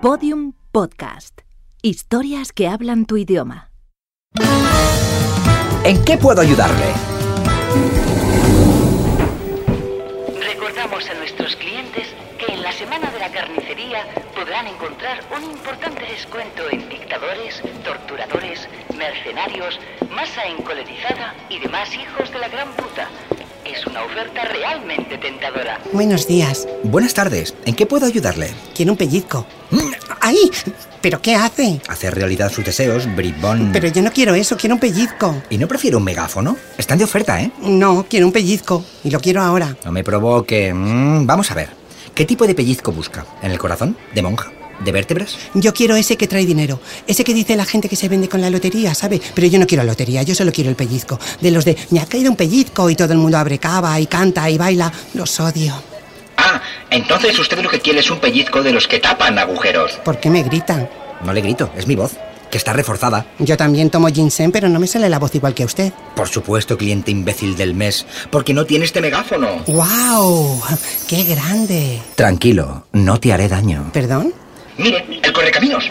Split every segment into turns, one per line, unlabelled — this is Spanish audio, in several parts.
Podium Podcast. Historias que hablan tu idioma.
¿En qué puedo ayudarle?
Recordamos a nuestros clientes que en la Semana de la Carnicería podrán encontrar un importante descuento en dictadores, torturadores, mercenarios, masa encolerizada y demás hijos de la gran puta. Es una oferta realmente tentadora.
Buenos días.
Buenas tardes. ¿En qué puedo ayudarle? Mm,
Quiero un pellizco. ¡Ay! ¿Pero qué hace?
Hacer realidad sus deseos, bribón.
Pero yo no quiero eso, quiero un pellizco.
¿Y no prefiero un megáfono? Están de oferta, ¿eh?
No, quiero un pellizco. Y lo quiero ahora.
No me provoque. Mm, vamos a ver. ¿Qué tipo de pellizco busca? ¿En el corazón? ¿De monja? ¿De vértebras?
Yo quiero ese que trae dinero. Ese que dice la gente que se vende con la lotería, ¿sabe? Pero yo no quiero lotería, yo solo quiero el pellizco. De los de me ha caído un pellizco y todo el mundo abre cava y canta y baila. Los odio.
Ah, entonces usted lo que quiere es un pellizco de los que tapan agujeros.
¿Por qué me gritan?
No le grito, es mi voz, que está reforzada.
Yo también tomo ginseng, pero no me sale la voz igual que a usted.
Por supuesto, cliente imbécil del mes, porque no tiene este megáfono.
¡Wow! ¡Qué grande!
Tranquilo, no te haré daño.
¿Perdón?
Mire, el correcaminos.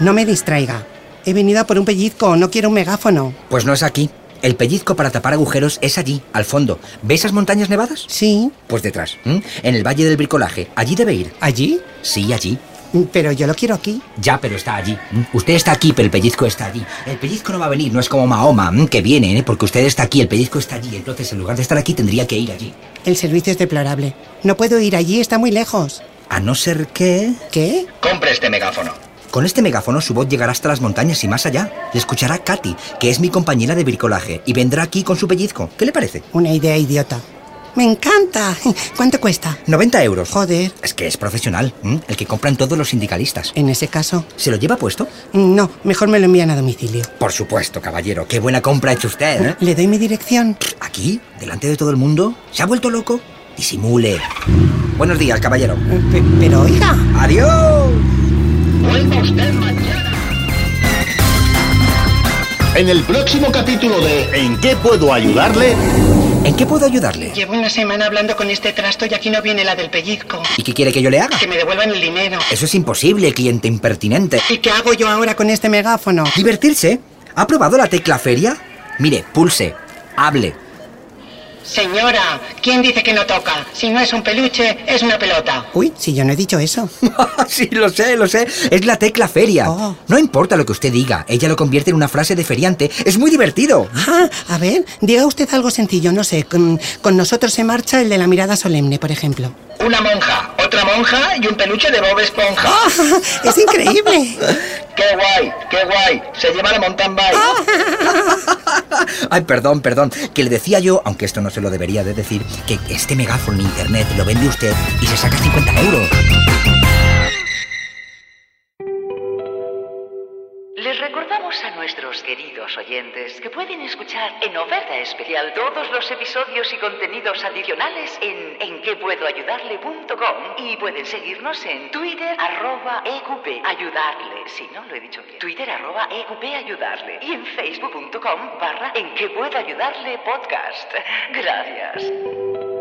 No me distraiga. He venido a por un pellizco, no quiero un megáfono.
Pues no es aquí. El pellizco para tapar agujeros es allí, al fondo. ¿Ve esas montañas nevadas?
Sí.
Pues detrás, ¿m? en el Valle del Bricolaje. Allí debe ir.
¿Allí?
Sí, allí.
Mm, Pero yo lo quiero aquí.
Ya, pero está allí. ¿m? Usted está aquí, pero el pellizco está allí. El pellizco no va a venir, no es como Mahoma, ¿m? que viene, ¿eh? porque usted está aquí, el pellizco está allí. Entonces, en lugar de estar aquí, tendría que ir allí.
El servicio es deplorable. No puedo ir allí, está muy lejos.
A no ser que...
¿Qué?
Compre este megáfono.
Con este megáfono su voz llegará hasta las montañas y más allá. Le escuchará Katy, que es mi compañera de bricolaje, y vendrá aquí con su pellizco. ¿Qué le parece?
Una idea idiota. Me encanta. ¿Cuánto cuesta?
90 euros.
Joder.
Es que es profesional, ¿m? el que compran todos los sindicalistas.
En ese caso, mm,
¿Se lo lleva puesto?
no, mejor me lo envían a domicilio.
Por supuesto, caballero. Qué buena compra ha hecho usted, ¿eh?
¿Le doy mi dirección?
Aquí, delante de todo el mundo. ¿Se ha vuelto loco? Disimule. Buenos días, caballero.
Mm, Pe- Pero oiga.
¡Adiós!
Vuelva usted mañana.
En el próximo capítulo de ¿En qué puedo ayudarle?
¿En qué puedo ayudarle?
Llevo una semana hablando con este trasto y aquí no viene la del pellizco.
¿Y qué quiere que yo le haga?
me devuelvan el dinero.
Eso es imposible, cliente impertinente.
¿Y qué hago yo ahora con este megáfono?
¿Divertirse? ¿Ha probado la tecla feria? Mire, pulse, hable.
Señora, ¿quién dice que no toca? Si no es un peluche, es una pelota. Uy, si yo no he dicho eso.
sí, lo sé, lo sé. Es la tecla feria.
Oh.
No importa lo que usted diga, ella lo convierte en una frase de feriante. Es muy divertido.
Ah, a ver, diga usted algo sencillo, no sé, con, con nosotros se marcha el de la mirada solemne, por ejemplo.
Una monja, otra monja y un peluche de Bob Esponja.
¡Ah! ¡Es increíble!
¡Qué guay! ¡Qué guay! Se lleva la mountain bike.
¡Ah!
Ay, perdón, perdón. Que le decía yo, aunque esto no se lo debería de decir, que este megáfono en internet lo vende usted y se saca 50 euros.
Les recordamos a nuestros queridos oyentes que pueden escuchar en oferta especial todos los episodios y contenidos adicionales en enquepuedoayudarle.com y pueden seguirnos en Twitter arroba EQP ayudarle, si no lo he dicho bien, Twitter arroba EQP ayudarle y en facebook.com barra en que puedo ayudarle podcast. Gracias.